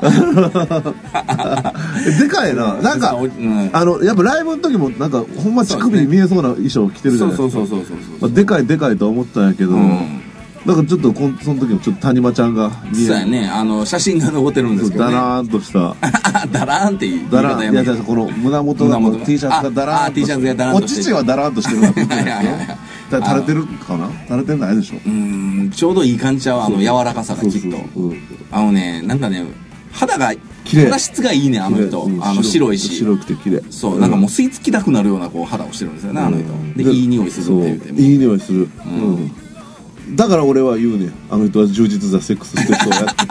S1: て
S2: (laughs)
S1: いうでかいななんか、
S2: うん
S1: あのやっぱライブの時もなんかほんま乳首に見えそうな衣装を着てるじゃ
S2: そ
S1: ないうですか
S2: そうそうそうそう
S1: まあ、でかいでかいとは思ってたんやけど、
S2: ん
S1: なんかちょっとこんその時もちょっと谷間ちゃんが見え
S2: そうやねあの写真が残ってるんですけど
S1: ダ
S2: ね
S1: ラーンとした
S2: だらーんって言い
S1: ダ
S2: 方
S1: ラーン
S2: や
S1: い
S2: め
S1: や
S2: て
S1: いやこの胸元
S2: 胸元
S1: の T シャツがダラーン
S2: ああ T シャツがだらーん
S1: お
S2: として
S1: 乳はダラーンとしてるなってことですよ
S2: いやい (laughs) やい
S1: だ
S2: や
S1: から垂れてるかな垂れてないでしょ
S2: うーんちょうどいい感じちゃうあの柔らかさがきっと
S1: うん
S2: あのねなんかね肌が
S1: 綺麗
S2: 肌質がいいねあの人
S1: うん
S2: あの白いし
S1: 白くて綺麗
S2: そうなんかもう吸い付きたくなるようなこう肌をしてるんですよねあの人でいい匂いするって言うて
S1: そういい匂いするうんだから俺は言うねあの人は充実したセックスしてそうやっ
S2: (laughs)
S1: て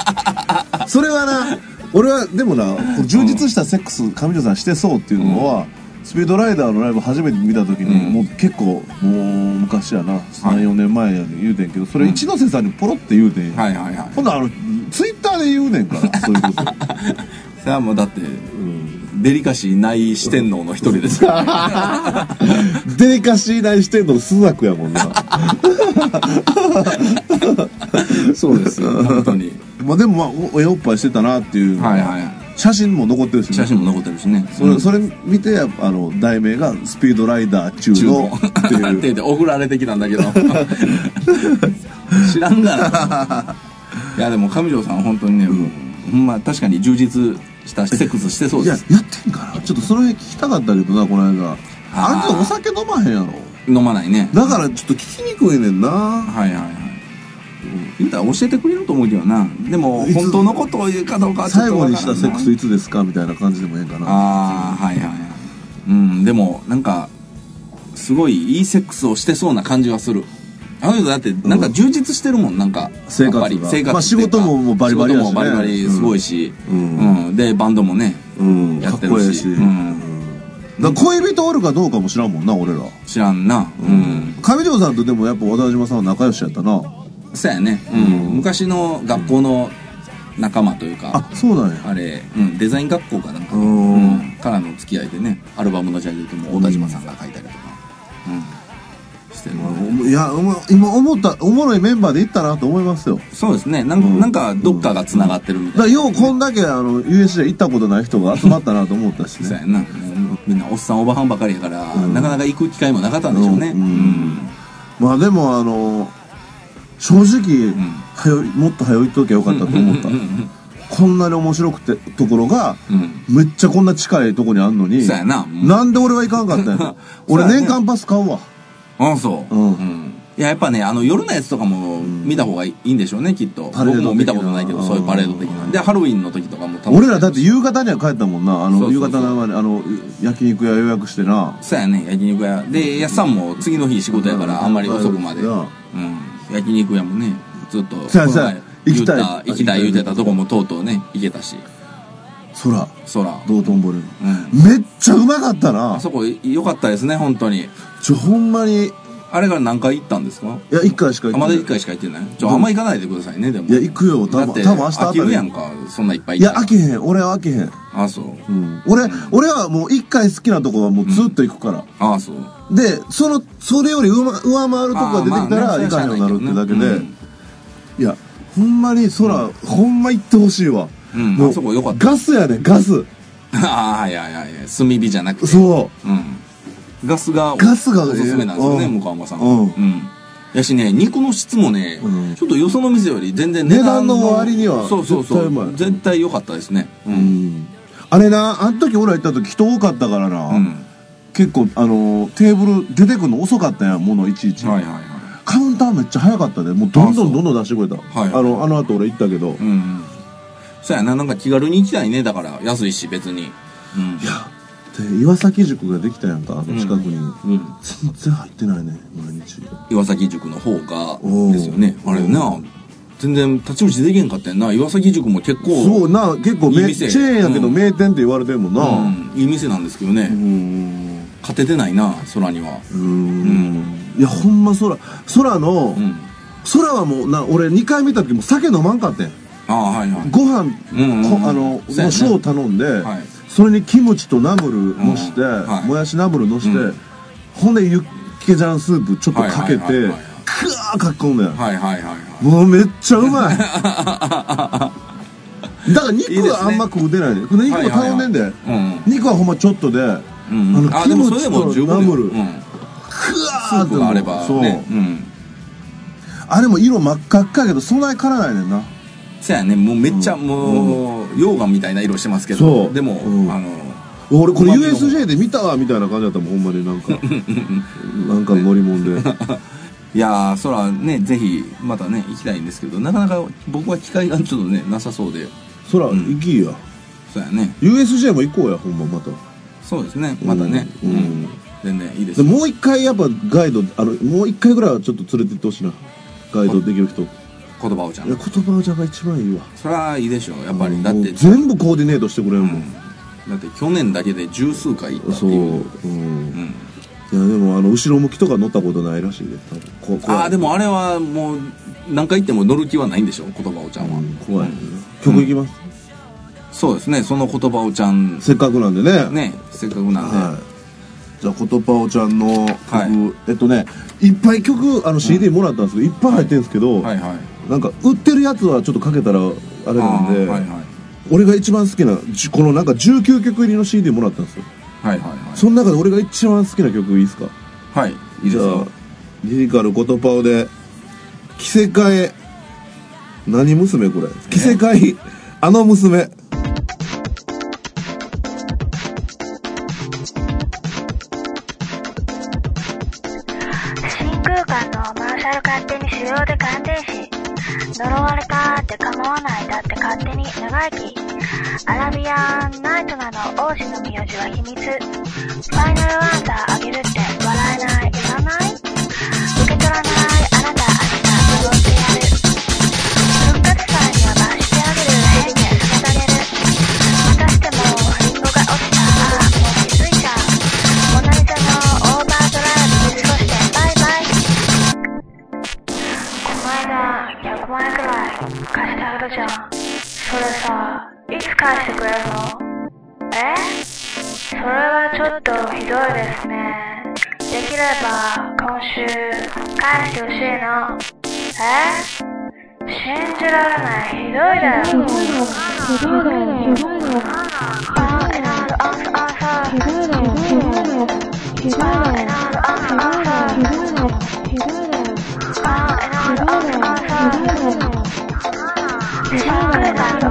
S1: それはな俺はでもな充実したセックス上条さんしてそうっていうのは、スピードライダーのライブ初めて見た時に、
S2: うん
S1: もう結構もう昔やな34年前やね言うてんけどそれ一ノ瀬さんにポロって言うてん、
S2: はいはいはい
S1: ほんならあのツイッターで言うねんからそういうこと、
S2: それはもうだって
S1: うん、
S2: デリカシーない四天王の一人ですから
S1: (laughs) デリカシーないしてんのスザクやもんな
S2: そうですよ、本当に。
S1: まあでもまあおおおっぱいしてたなっていうの
S2: はいはい。
S1: 写真も残ってるしね、
S2: 写真も残ってるしね
S1: それ,、それ見てやっぱあの題名が「スピードライダー中
S2: 中
S1: の
S2: の」
S1: っ
S2: っ
S1: てて
S2: (laughs) 言っ
S1: いう
S2: て送られてきたんだけど (laughs) 知らん
S1: (laughs)
S2: がないやでも上条さん本当にね、もうほんま確かに充実したセックスしてそう
S1: いや
S2: で
S1: や
S2: す
S1: ってんかなちょっとその辺聞きたかったけどなこの間あ
S2: あー
S1: んたお酒飲まへんやろ
S2: 飲まないね
S1: だからちょっと聞きにくいねんな
S2: はいはいはい、言うたら教えてくれると思うけどなでも
S1: いつ
S2: 本当のことを言うかどうかはちょっ
S1: 最
S2: と
S1: 後
S2: わからん
S1: に
S2: な
S1: したセックスいつですかみたいな感じでもええかな
S2: ああはいはいはいうんでもなんかすごいいいセックスをしてそうな感じはするあの人だってなんか充実してるもんなんか
S1: 生活が
S2: やっぱり生活っていうか
S1: まあ仕事ももうバリバリやしね
S2: 仕事もバリバリすごいし、
S1: う
S2: うんんでバンドもね
S1: うん
S2: や
S1: か
S2: っ
S1: ってこええ
S2: る
S1: し、
S2: し
S1: うんだから恋人おるかどうかも知らんもんな俺ら
S2: 知らんなうん、
S1: 上条さんとでもやっぱ小田島さんは仲良しやったな
S2: そうやね、うん昔の学校の仲間というか
S1: あそうなんや
S2: あれ、うん、デザイン学校かなんか、
S1: うん
S2: うんからの付き合いでねアルバムのジャケットも大田島さんが書いたりとか、うん、してるので
S1: いやおも今思ったおもろいメンバーで行ったなと思いますよ
S2: そうですねなん,、なんかどっかがつながってるみ
S1: だか
S2: た
S1: ら
S2: いな、
S1: ようこんだけあの USJ 行ったことない人が集まったなと思ったし
S2: そう
S1: ね
S2: やな、みんなおっさんおばはんばかりやから、なかなか行く機会もなかったんでしょうね
S1: うんまあでもあの正直、はよもっと早いときゃよかったと思った、こんなに面白くてところが、
S2: うん
S1: めっちゃこんな近いとこにあんのに
S2: そうやなうん
S1: なんで俺は行かんかったんや (laughs) ろ俺
S2: そうやね
S1: 年間パス買うわ
S2: あそう、
S1: うん
S2: いややっぱねあの夜のやつとかも見た方がいいんでしょうねきっと
S1: パレード的
S2: 僕
S1: な
S2: も見たことないけどそういうパレード的なでハロウィンの時とかも楽しみ
S1: 俺らだって夕方には帰ったもんなあの
S2: そうそうそう
S1: 夕方の前にあの焼肉屋予約してな
S2: そうやね焼肉屋でやっさんも次の日仕事やからあんまり遅くまで、
S1: う
S2: うんん、焼肉屋もねずっと
S1: そうやそうや行きたい
S2: 言う行きたい言うてたとこもとうとうね行けたし
S1: 空
S2: そら
S1: 道頓堀の
S2: うん
S1: めっちゃうまかったな
S2: あそこ良かったですね本当に
S1: ちょほんまにい
S2: あれから何回行ったんですか
S1: や1回しか
S2: あ
S1: 行
S2: まだ
S1: って
S2: 1
S1: ない
S2: 回しか行ってないちょあんま行かないでくださいねでも
S1: いや行くよ多
S2: だっ
S1: 分
S2: て
S1: 多分明日あ
S2: 飽
S1: た
S2: き
S1: り
S2: るやんかそんないっぱい
S1: い
S2: 行
S1: や
S2: った
S1: 飽
S2: ら
S1: きへん俺は飽きへん、
S2: あそ
S1: う
S2: う
S1: ん、俺俺はもう1回好きなとこはもうずっと行くから、
S2: あそう
S1: でそのそれより上ま上回るとこが出てきた
S2: あ
S1: ら
S2: ーまあね
S1: 行かへんようになるってだけで、
S2: うん
S1: いやほんまに空、ほんま行ってほしいわ、
S2: うんあそこ良かった
S1: ガスやねガス
S2: (laughs) ああはいはいはいはい炭火じゃなくて
S1: そう
S2: うん、ガスが
S1: ガスが
S2: おすすめなんですよね、
S1: うん
S2: 向山さん、
S1: うん
S2: やしね肉の質もね、
S1: うん
S2: ちょっとよその店より全然
S1: 値段の割には
S2: そうそうそ
S1: 絶対うま
S2: う
S1: い
S2: 絶対良かったですねう
S1: う、んあれなあの時俺ら行った時人多かったからな、
S2: うん
S1: 結構あのテーブル出てくるの遅かったやんものいちいち、
S2: はいはいはい
S1: カウンターめっちゃ早かったでもうどんどんどんどん出してくれた
S2: そうはい
S1: あのあの後俺行ったけど、
S2: うんうんそうやななんか気軽に行きたいねだから安いし別にうん
S1: いやで岩崎塾ができたやんかあの近くに、
S2: うん
S1: 全然入ってないね毎日
S2: 岩崎塾の方が
S1: おー
S2: ですよねあれな全然立ち打ちできへんかったよな岩崎塾も結構
S1: そうな結構
S2: いい
S1: めチェ
S2: 店
S1: ーンやけど
S2: うん
S1: 名店って言われてるもんな
S2: うん、いい店なんですけどね、
S1: うん
S2: 勝ててないな空には
S1: うーんいやほんま空空の、
S2: うん
S1: 空はもうな俺2回見た時も酒飲まんかってん
S2: ああはいはい
S1: ご飯、
S2: うんうんうん
S1: こあの
S2: そうやね
S1: のショーを頼んで、
S2: はい
S1: それにキムチとナムルのして、
S2: うんはい
S1: もやしナムルのして、
S2: うん
S1: ほんでユッケジャンスープちょっとかけて
S2: はいはいはいはい
S1: クワーかき込んだよ、
S2: はいはいはいはい
S1: もうめっちゃう
S2: (laughs)
S1: まいだから肉
S2: いいですね
S1: はあんま食うてないで肉も頼んでんで、
S2: はいはいはいうん
S1: 肉はほんまちょっとで、
S2: うん
S1: あ
S2: うん
S1: の
S2: あ
S1: キ
S2: でも
S1: ム
S2: それ
S1: チ
S2: でも十
S1: と
S2: 分
S1: ナ
S2: だよ
S1: ムル
S2: う
S1: ク
S2: ん
S1: ワ
S2: ス
S1: ーっ
S2: ー
S1: て
S2: プがあれば
S1: そう、
S2: ねうん
S1: あれも色真っ赤っかやけどそんなに辛ないねんな
S2: そやねもうめっちゃもう溶岩みたいな色してますけ
S1: そ
S2: ど
S1: う
S2: でも
S1: うん
S2: あの
S1: 俺これ
S2: うまみの
S1: USJ で見たわみたいな感じだったもんほん (laughs) まになんかなんか乗り物で
S2: いやーそらねぜひまたね行きたいんですけどなかなか僕は機会がちょっとねなさそうで
S1: (laughs) そら行きや
S2: そやね
S1: USJ も行こうやほんままた
S2: そうですねまたね
S1: う
S2: うんん全然いいです
S1: でもう一回やっぱガイドあのもう一回ぐらいはちょっと連れて行ってほしいなガイドできる人い
S2: 言葉をちゃ
S1: や言
S2: ん
S1: 葉じゃが一番いいわ
S2: そらいいでしょうやっぱりだっ
S1: も
S2: て
S1: う全部コーディネートしてくれるもん、
S2: だって去年だけで十数回行ったって
S1: そう、
S2: いう
S1: うん、
S2: うん
S1: いやでもあの後ろ向きとか乗ったことないらしいで多分こ怖い
S2: ああでもあれはもう何回言っても乗る気はないんでしょ言葉おちゃんは、
S1: うん怖い、ね曲いきます、
S2: そうですねその言葉おちゃん
S1: せっかくなんでね
S2: ねせっかくなんで、
S1: はいじゃあことぱおちゃんの曲、
S2: はい
S1: えっとねいっぱい曲あの CD もらったんですけど、いっぱい入ってるんですけど、
S2: はいはい
S1: なんか売ってるやつはちょっとかけたらあれなんで、
S2: あーはいはい
S1: 俺が一番好きなじこのなんか19曲入りの CD もらったんですよ
S2: はいはい
S1: その中で俺が一番好きな曲いいですか
S2: はいはいいいです
S1: じゃあ
S2: よ
S1: リリカル言葉をで着せ替え何娘これ着せ替えあの娘
S3: 真空管のマーシャル勝手に手動で感電し呪われたって構わないだって勝手に長生きアラビアンナイトなの王子の名字は秘密ファイナルアンサーあげるって笑えないいらない受け取らないあなたあなた踊ってやる復活祭には罰してあげる変にされるまたしてもリンゴが落ちたああもう気づいたモナリザのオーバードライブで過ごしてバイバイこの間100万円くらい貸してあげるじゃんそれさいつ返してくれるのえそれはちょっとひどいですねできれば今週返してほしいのえ信じられないひどいだよあーえなるあさあさあえなるあさあさあえなるあさあさ真空管の音が勝手に使用で感電し真空管の音が勝手に手動で感電し呪われたって構わないだって勝手に長生きアラビアンナイトなの王子の名字は秘密ファイナルアンサーあげるって笑えないいらない受け取らないあなたあなた踊ってやる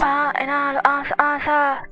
S3: あえなるあさあさ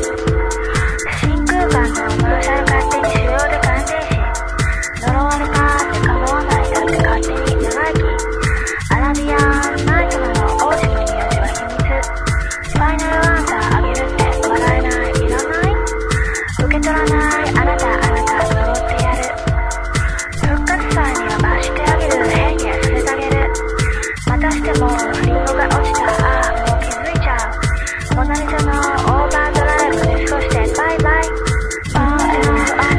S3: 真空管のマーシャル勝手に手動で感電し呪われたって構わないだって勝手に長生きアラビアンナイトなの王子の名字は秘密ファイナルアンサーあげるって笑えないいらない受け取らないあなたあなた呪ってやる復活祭には罰してあげる変にさせてあげるまたしてもリンゴが落ちたああもう気づいちゃうモナリザのオーバードライブで過ごしてバイバイああえなあああ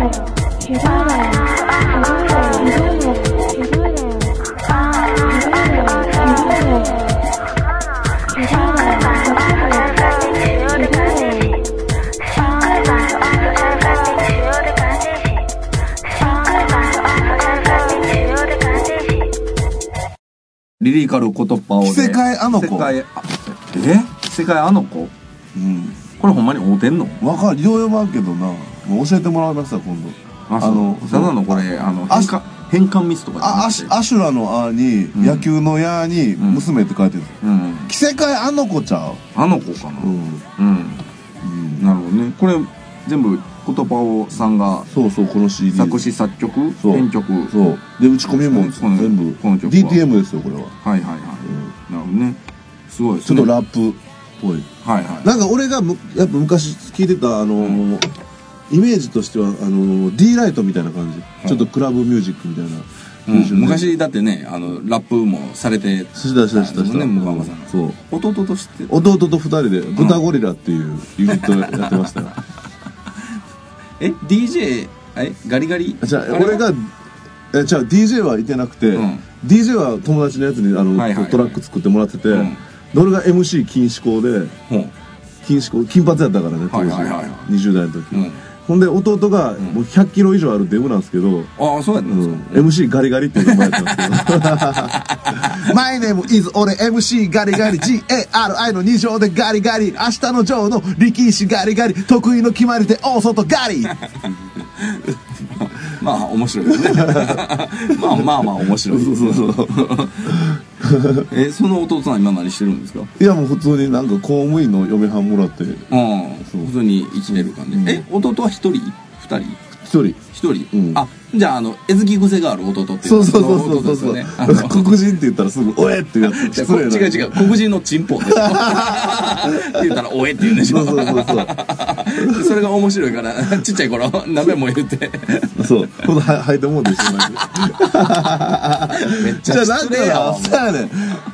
S3: ああ
S2: リリカル言葉を
S1: 着せ替えあの子
S2: 着せ替えあえ着せ替えあの子
S1: うん
S2: ここれほんまに合うてんの
S1: わかるよう読まんけどなもう教えてもらいました今度
S2: あのただのこれあの
S1: あ
S2: 変換変換ミスとかじゃなく
S1: あ
S2: て
S1: アシアシュラの「あ」に、
S2: ん
S1: 野球の「や」に「
S2: ん
S1: 娘」って書いてる、
S2: うん
S1: 着せ替えあの子ちゃ
S2: あの子かな
S1: う、うん
S2: うん、なるほどねこれ全部言葉をさんが
S1: そうそうこの CD
S2: 作詞作曲
S1: そう
S2: 編曲はい
S1: そうで打ち込みも
S2: この
S1: 全部
S2: この曲は
S1: DTM ですよこれは、
S2: はいはい、
S1: うん
S2: なるほどねすごいです
S1: ちょ
S2: ね
S1: っとラップっぽい
S2: はいはい
S1: なんか俺がむやっぱ昔聞いてたあのーイメージとしてはあのー D ライトみたいな感じ、ちょっとクラブミュージックみたいな、
S2: うん昔だってねあのラップもされて
S1: そしたしたしたした、
S2: ねムガワさん
S1: そう
S2: 弟として
S1: 弟と二人で「豚ゴリラ」っていうユニットやってましたよ、
S2: え DJ えガリガリ
S1: じゃあ
S2: れは
S1: 俺がえじゃあ DJ はいてなくて、
S2: うん
S1: DJ は友達のやつにあの、
S2: はいはいはい
S1: トラック作ってもらってて、
S2: うん
S1: で俺が MC 禁止校で
S2: ほう
S1: 禁止校金髪やったからね当時、
S2: はいはいはいはい
S1: 20代の時、
S2: うん
S1: ほんで弟がもう1 0 0キロ以上あるデブなんですけど、
S2: ああそうやったんですか、
S1: MC ガリガリっていう名前やったんですけ
S2: (laughs)
S1: ど (laughs) My name is 俺 MC ガリガリ GARI の2乗でガリガリ明日のジョーの力士ガリガリ得意の決まり手大外ガ
S2: (laughs)
S1: リ
S2: まあ面白いですね
S1: (laughs)
S2: まあまあまあ面白いです、ね、そうそうそう (laughs) えその弟さんは今何してるんですか
S1: いやもう普通になんか公務員の嫁はんもらって
S2: うん
S1: そう
S2: 普通に生きてる感じ、
S1: ん
S2: え弟は一人二人
S1: 一人
S2: 一人、
S1: うん
S2: あじゃああの絵付き癖がある弟っていう
S1: そうそうそうそうそう
S2: そ
S1: そう、 (laughs)
S2: の弟ですよねあの
S1: 黒人って言ったらすぐ「おえ!」ってやつ
S2: じゃ
S1: 失
S2: あこ
S1: 礼な
S2: 違う違う黒人のチンポ
S1: (laughs)
S2: でしょって言ったら「おえ」って言うんでし
S1: そ
S2: ょ
S1: うそうそうそう
S2: (laughs) それが面白いからちっちゃい頃鍋も言って
S1: そうこのははいてもうてしまい
S2: めっち
S1: じゃ
S2: ゃ
S1: あなん
S2: 失
S1: か
S2: 礼や
S1: な
S2: わ
S1: そうやねん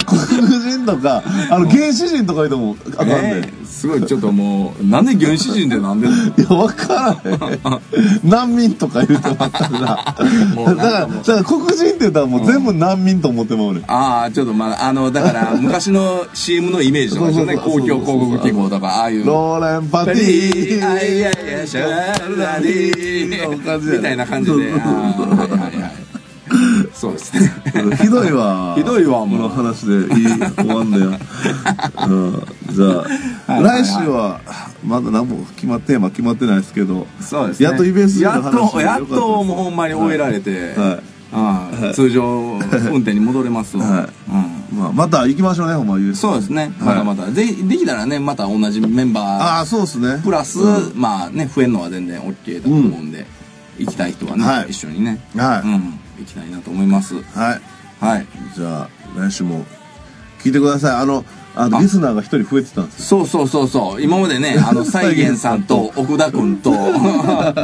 S1: 黒人とかあの原始人とか言うてもあかんねん、
S2: ねえすごいちょっともうなんで原始人でなんで
S1: いや、わからへん。難民とか言うてまったら。だ
S2: もうなんかもう
S1: から、だから黒人って言ったらもう全部難民と思ってまうねん。
S2: (laughs) ああちょっとまああのだ
S1: (laughs)
S2: から昔の CM のイメージとかですよね
S1: そうそう
S2: 公
S1: そう
S2: 共広告機構とかああいう
S1: ローレンパティ
S2: あいやいやシャラリ
S1: そんな感じ
S2: ー
S1: やね
S2: みたいな感じであーはいはいはいそうですね
S1: (laughs) ひどいわ。
S2: ひどいわ
S1: この
S2: もう
S1: 話でいい、終わんねや。
S2: (laughs)
S1: うんじゃあ、
S2: はいはいはい
S1: 来週は、まだ何も決まって、テーマ決まってないですけど。
S2: そうですね
S1: やっとイベントの
S2: や
S1: 話
S2: っと
S1: でよか
S2: や
S1: った
S2: っ
S1: です
S2: ともうほんまに終えられ
S1: は
S2: て
S1: いはい
S2: あー通常運転に戻れますわ
S1: は
S2: うん
S1: まあ、また行きましょうね、ほんま、う
S2: そうですねまだまだでできたらねまた同じメンバー
S1: ああ、そうですね。
S2: プラス、
S1: うん
S2: まあね、増えるのは全然 OK だと思うんで、行きたい人はね、
S1: はい
S2: 一緒にね、
S1: はい
S2: うん、行きたいなと思います。
S1: はい。
S2: はい。
S1: じゃあ、来週も、聞いてください。あの、あの、
S2: あ
S1: リスナーが一人増えてたんですよ
S2: そうそうそうそう、今まで
S1: (laughs)
S2: ね、あの、
S1: 再
S2: 再
S1: 現
S2: 現さんと奥田くん
S1: (laughs)
S2: と、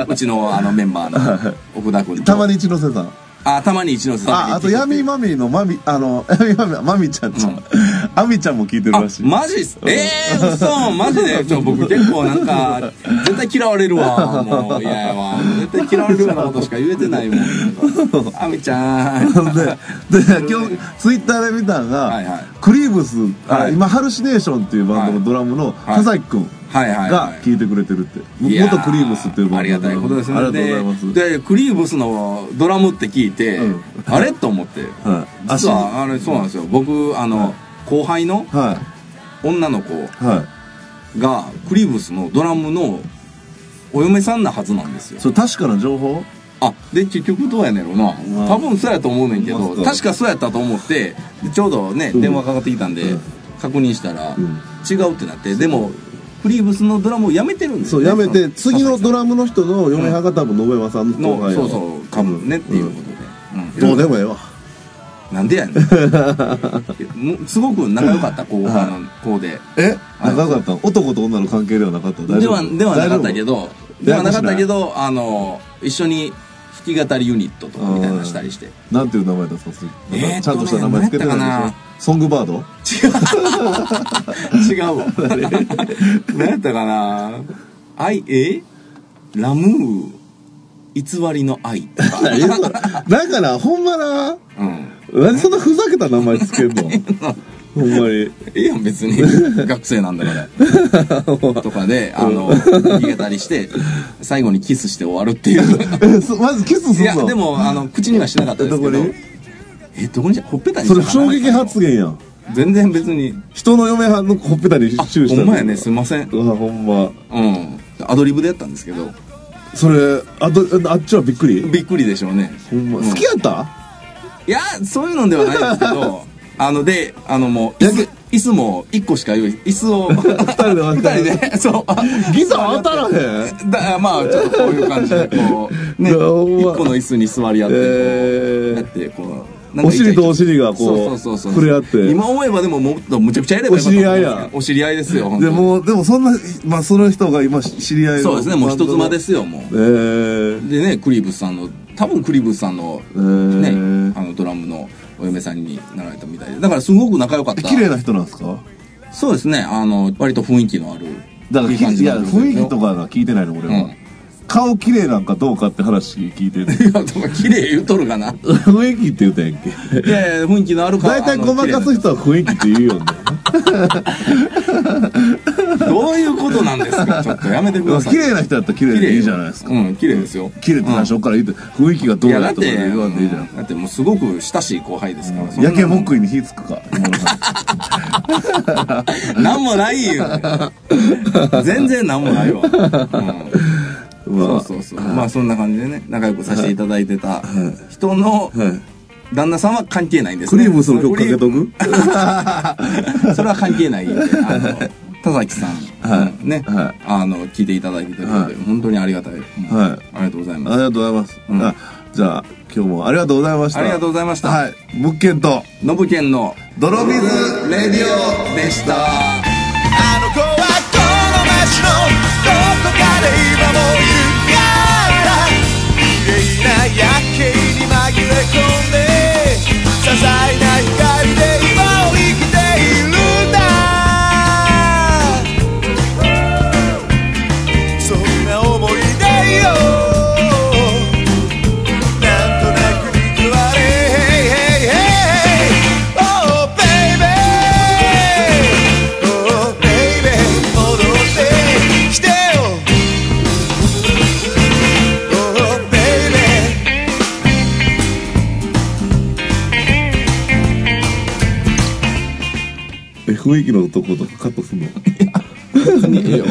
S2: うちのあのメンバーの奥田くんと、
S1: たまに一ノ瀬さん。
S2: あ、たまに一ノ瀬さん
S1: あ、あと、闇マミーのマミ、あの、闇マミー、マミちゃんちゃ (laughs) ん。アミちゃんも聞いてる
S2: あ
S1: らしい。
S2: マジっすええー、嘘マジでちょ僕結構なんか絶対嫌われ
S1: (laughs)
S2: るわもういやいやわ絶対嫌われるようなことしか言えてないもんなんかあみち
S1: (laughs)
S2: ゃ (laughs) ん
S1: で、で、今日、ツイッターで見たのが、
S2: はいはい
S1: クリーブス、あ
S2: はい
S1: 今、ハルシネーションっていうバンドのドラムの、
S2: い
S1: 佐々木くん
S2: はいはいは
S1: が
S2: い
S1: 聞いてくれてるって。
S2: いやー
S1: 元クリーブスっていうバ
S2: あ
S1: ン
S2: り
S1: ド
S2: が
S1: のドラム
S2: たいことですね
S1: ありがとうございます。
S2: ででクリーブスのドラムって聞いて、
S1: うん
S2: あれと思って、
S1: はい
S2: 実はあれそうなんですよ僕あの、後輩の
S1: は
S2: 女の子
S1: い。は
S2: がクリーブスのドラムのお嫁さんなはずなんですよ
S1: い。それ確かな情報
S2: あで結局どうやねんやろ
S1: う
S2: なん多分そうやと思うねんけ
S1: ほ
S2: ど
S1: んまっすか
S2: 確かそうやったと思ってでちょうどね、
S1: ん
S2: 電話かかってきたんで、
S1: うん
S2: 確認したら、
S1: うん
S2: 違うってなってでもクリーブスのドラムをやめてるんです
S1: そ
S2: よ
S1: う、
S2: ね
S1: やめ
S2: そ
S1: て、次のドラムの人の嫁はんが多分、信山さんの後
S2: の
S1: 輩や
S2: そ
S1: わ
S2: うそうかぶねっていうことで、う
S1: どう
S2: ん
S1: でもええわ。
S2: なんでやねんもうすごく仲良かった後輩の子で、
S1: え
S2: はい
S1: 仲良かったの男と女の関係ではなかった大
S2: で
S1: 丈夫
S2: はではなかったけどで
S1: 大丈
S2: は
S1: 夫
S2: なかったけどあの一緒に弾き語りユニットとかみたいなのしたりして
S1: なんていう名前だったんですか、
S2: えーっとね
S1: なんかちゃんとした名前つけてないんでし
S2: 何やっ
S1: ょ
S2: たか
S1: ソングバード
S2: (laughs) 違う (laughs) わ何やったかな「愛えラムー偽りの愛」とか
S1: だからほんまな
S2: うん
S1: 何そんなふざけた名前つけん
S2: (laughs)
S1: のほんまに
S2: ええやん別
S1: (laughs)
S2: に学生なんだからとかであの弾き語りして最後にキスして終わるっていう
S1: え (laughs) そまずキスす
S2: い
S1: ん
S2: や
S1: の
S2: でもあの口にはしなかったですけど
S1: どこに
S2: えどこにしほっぺたに
S1: それ
S2: したかな
S1: 衝撃発言やん
S2: 全然別に
S1: 人の嫁はんのほっぺたに
S2: あ
S1: チューした
S2: ほんまやねすいません
S1: うわほんま
S2: うんアドリブでやったんですけど
S1: それあとあっちはびっくり
S2: びっくりでしょうね
S1: ほんま
S2: うん
S1: 好きやった
S2: いやそういうのではないですけ
S1: (laughs)
S2: どあのであのもう
S1: や
S2: 椅子椅子も1個しか用意椅子
S1: (laughs)
S2: を2
S1: 人で分かる
S2: 人でそうあ
S1: ギザ当たらへん
S2: だまあちょっとこういう感じで
S1: (laughs)
S2: こうね
S1: いやほんま
S2: 1個の椅子に座り合ってこう、
S1: え
S2: やっ
S1: ー
S2: てこうなんか
S1: お尻とお尻がこう
S2: そうそうそうそう
S1: 触れ合って
S2: 今思えばでももっとむちゃくちゃやればよかったと思うんですけど
S1: お知り合いや
S2: お知り合いですよ本当
S1: で
S2: に
S1: もでもそんなまあその人が今知り合いの
S2: そうですねもう人妻ですすよも
S1: えー
S2: うでねクリーブスさんの多分クリーブスさんの
S1: えー
S2: ね、あのドラムのお嫁さんになられたみたいでだからすごく仲良かっ
S1: え
S2: た
S1: 綺麗な人なんですか
S2: そうですねあの割と雰囲気のある (laughs)
S1: だから
S2: いい
S1: き
S2: 感
S1: い
S2: じ
S1: や
S2: のグループ
S1: 雰
S2: です
S1: 囲
S2: よ
S1: 気とかが聞いてないの俺は、
S2: うん
S1: 顔綺麗なんかどうかって話聞いてる
S2: いやでも綺麗言うとるかない
S1: (laughs) 雰囲気って言うたやんけ
S2: やいや雰囲気のあるか
S1: 大体ごまか
S2: あの
S1: す人は雰囲気って言う (laughs) よね
S2: 綺麗などういうことなんです
S1: (laughs)
S2: かちょっとやめてください
S1: 綺麗な人だったら綺麗でいいじゃないですか
S2: うん綺麗ですよ
S1: 綺麗って最初から言って雰囲気がど
S2: いうやだ
S1: だ
S2: っ
S1: とか
S2: て、
S1: 言わんでいいじゃん
S2: だってもうすごく親しい後輩ですから。そんな
S1: やけもっくいに火つくか今の話
S2: なんもない
S1: (laughs)
S2: よ。全然なんもないわ。うん
S1: まあ
S2: そうそうそう。まあそんな感じでね、仲良くさせていただいてた人の
S1: はい
S2: 旦那さんは関係ないんです
S1: ク
S2: ね。
S1: リームその曲かけとく
S2: (laughs) それは関係ないんで、あの、田崎さ
S1: は
S2: ん、
S1: い
S2: ね
S1: は、
S2: あの、聞いていただいてるの
S1: は
S2: で
S1: い、
S2: 本当にありがたい。うん
S1: はい
S2: ありがとうござい
S1: あ
S2: ま
S1: り
S2: す。
S1: がとうございます、
S2: うん
S1: あじゃあ今日もありがとうございました
S2: ありがとうございました
S1: はい物件と
S2: ノブケンの
S1: 泥水
S2: レディオでした。
S4: あの子はこの街のどこかで今もいるから綺麗な夜景に紛れ込んで些細な光で今を生きているんだそんな思い出よなんとなく報われ Hey, hey, hey, hey. Oh, baby Oh, baby 戻ってきてよ Oh, baby
S1: え雰囲気のとことかカットすんの
S2: 別にええよ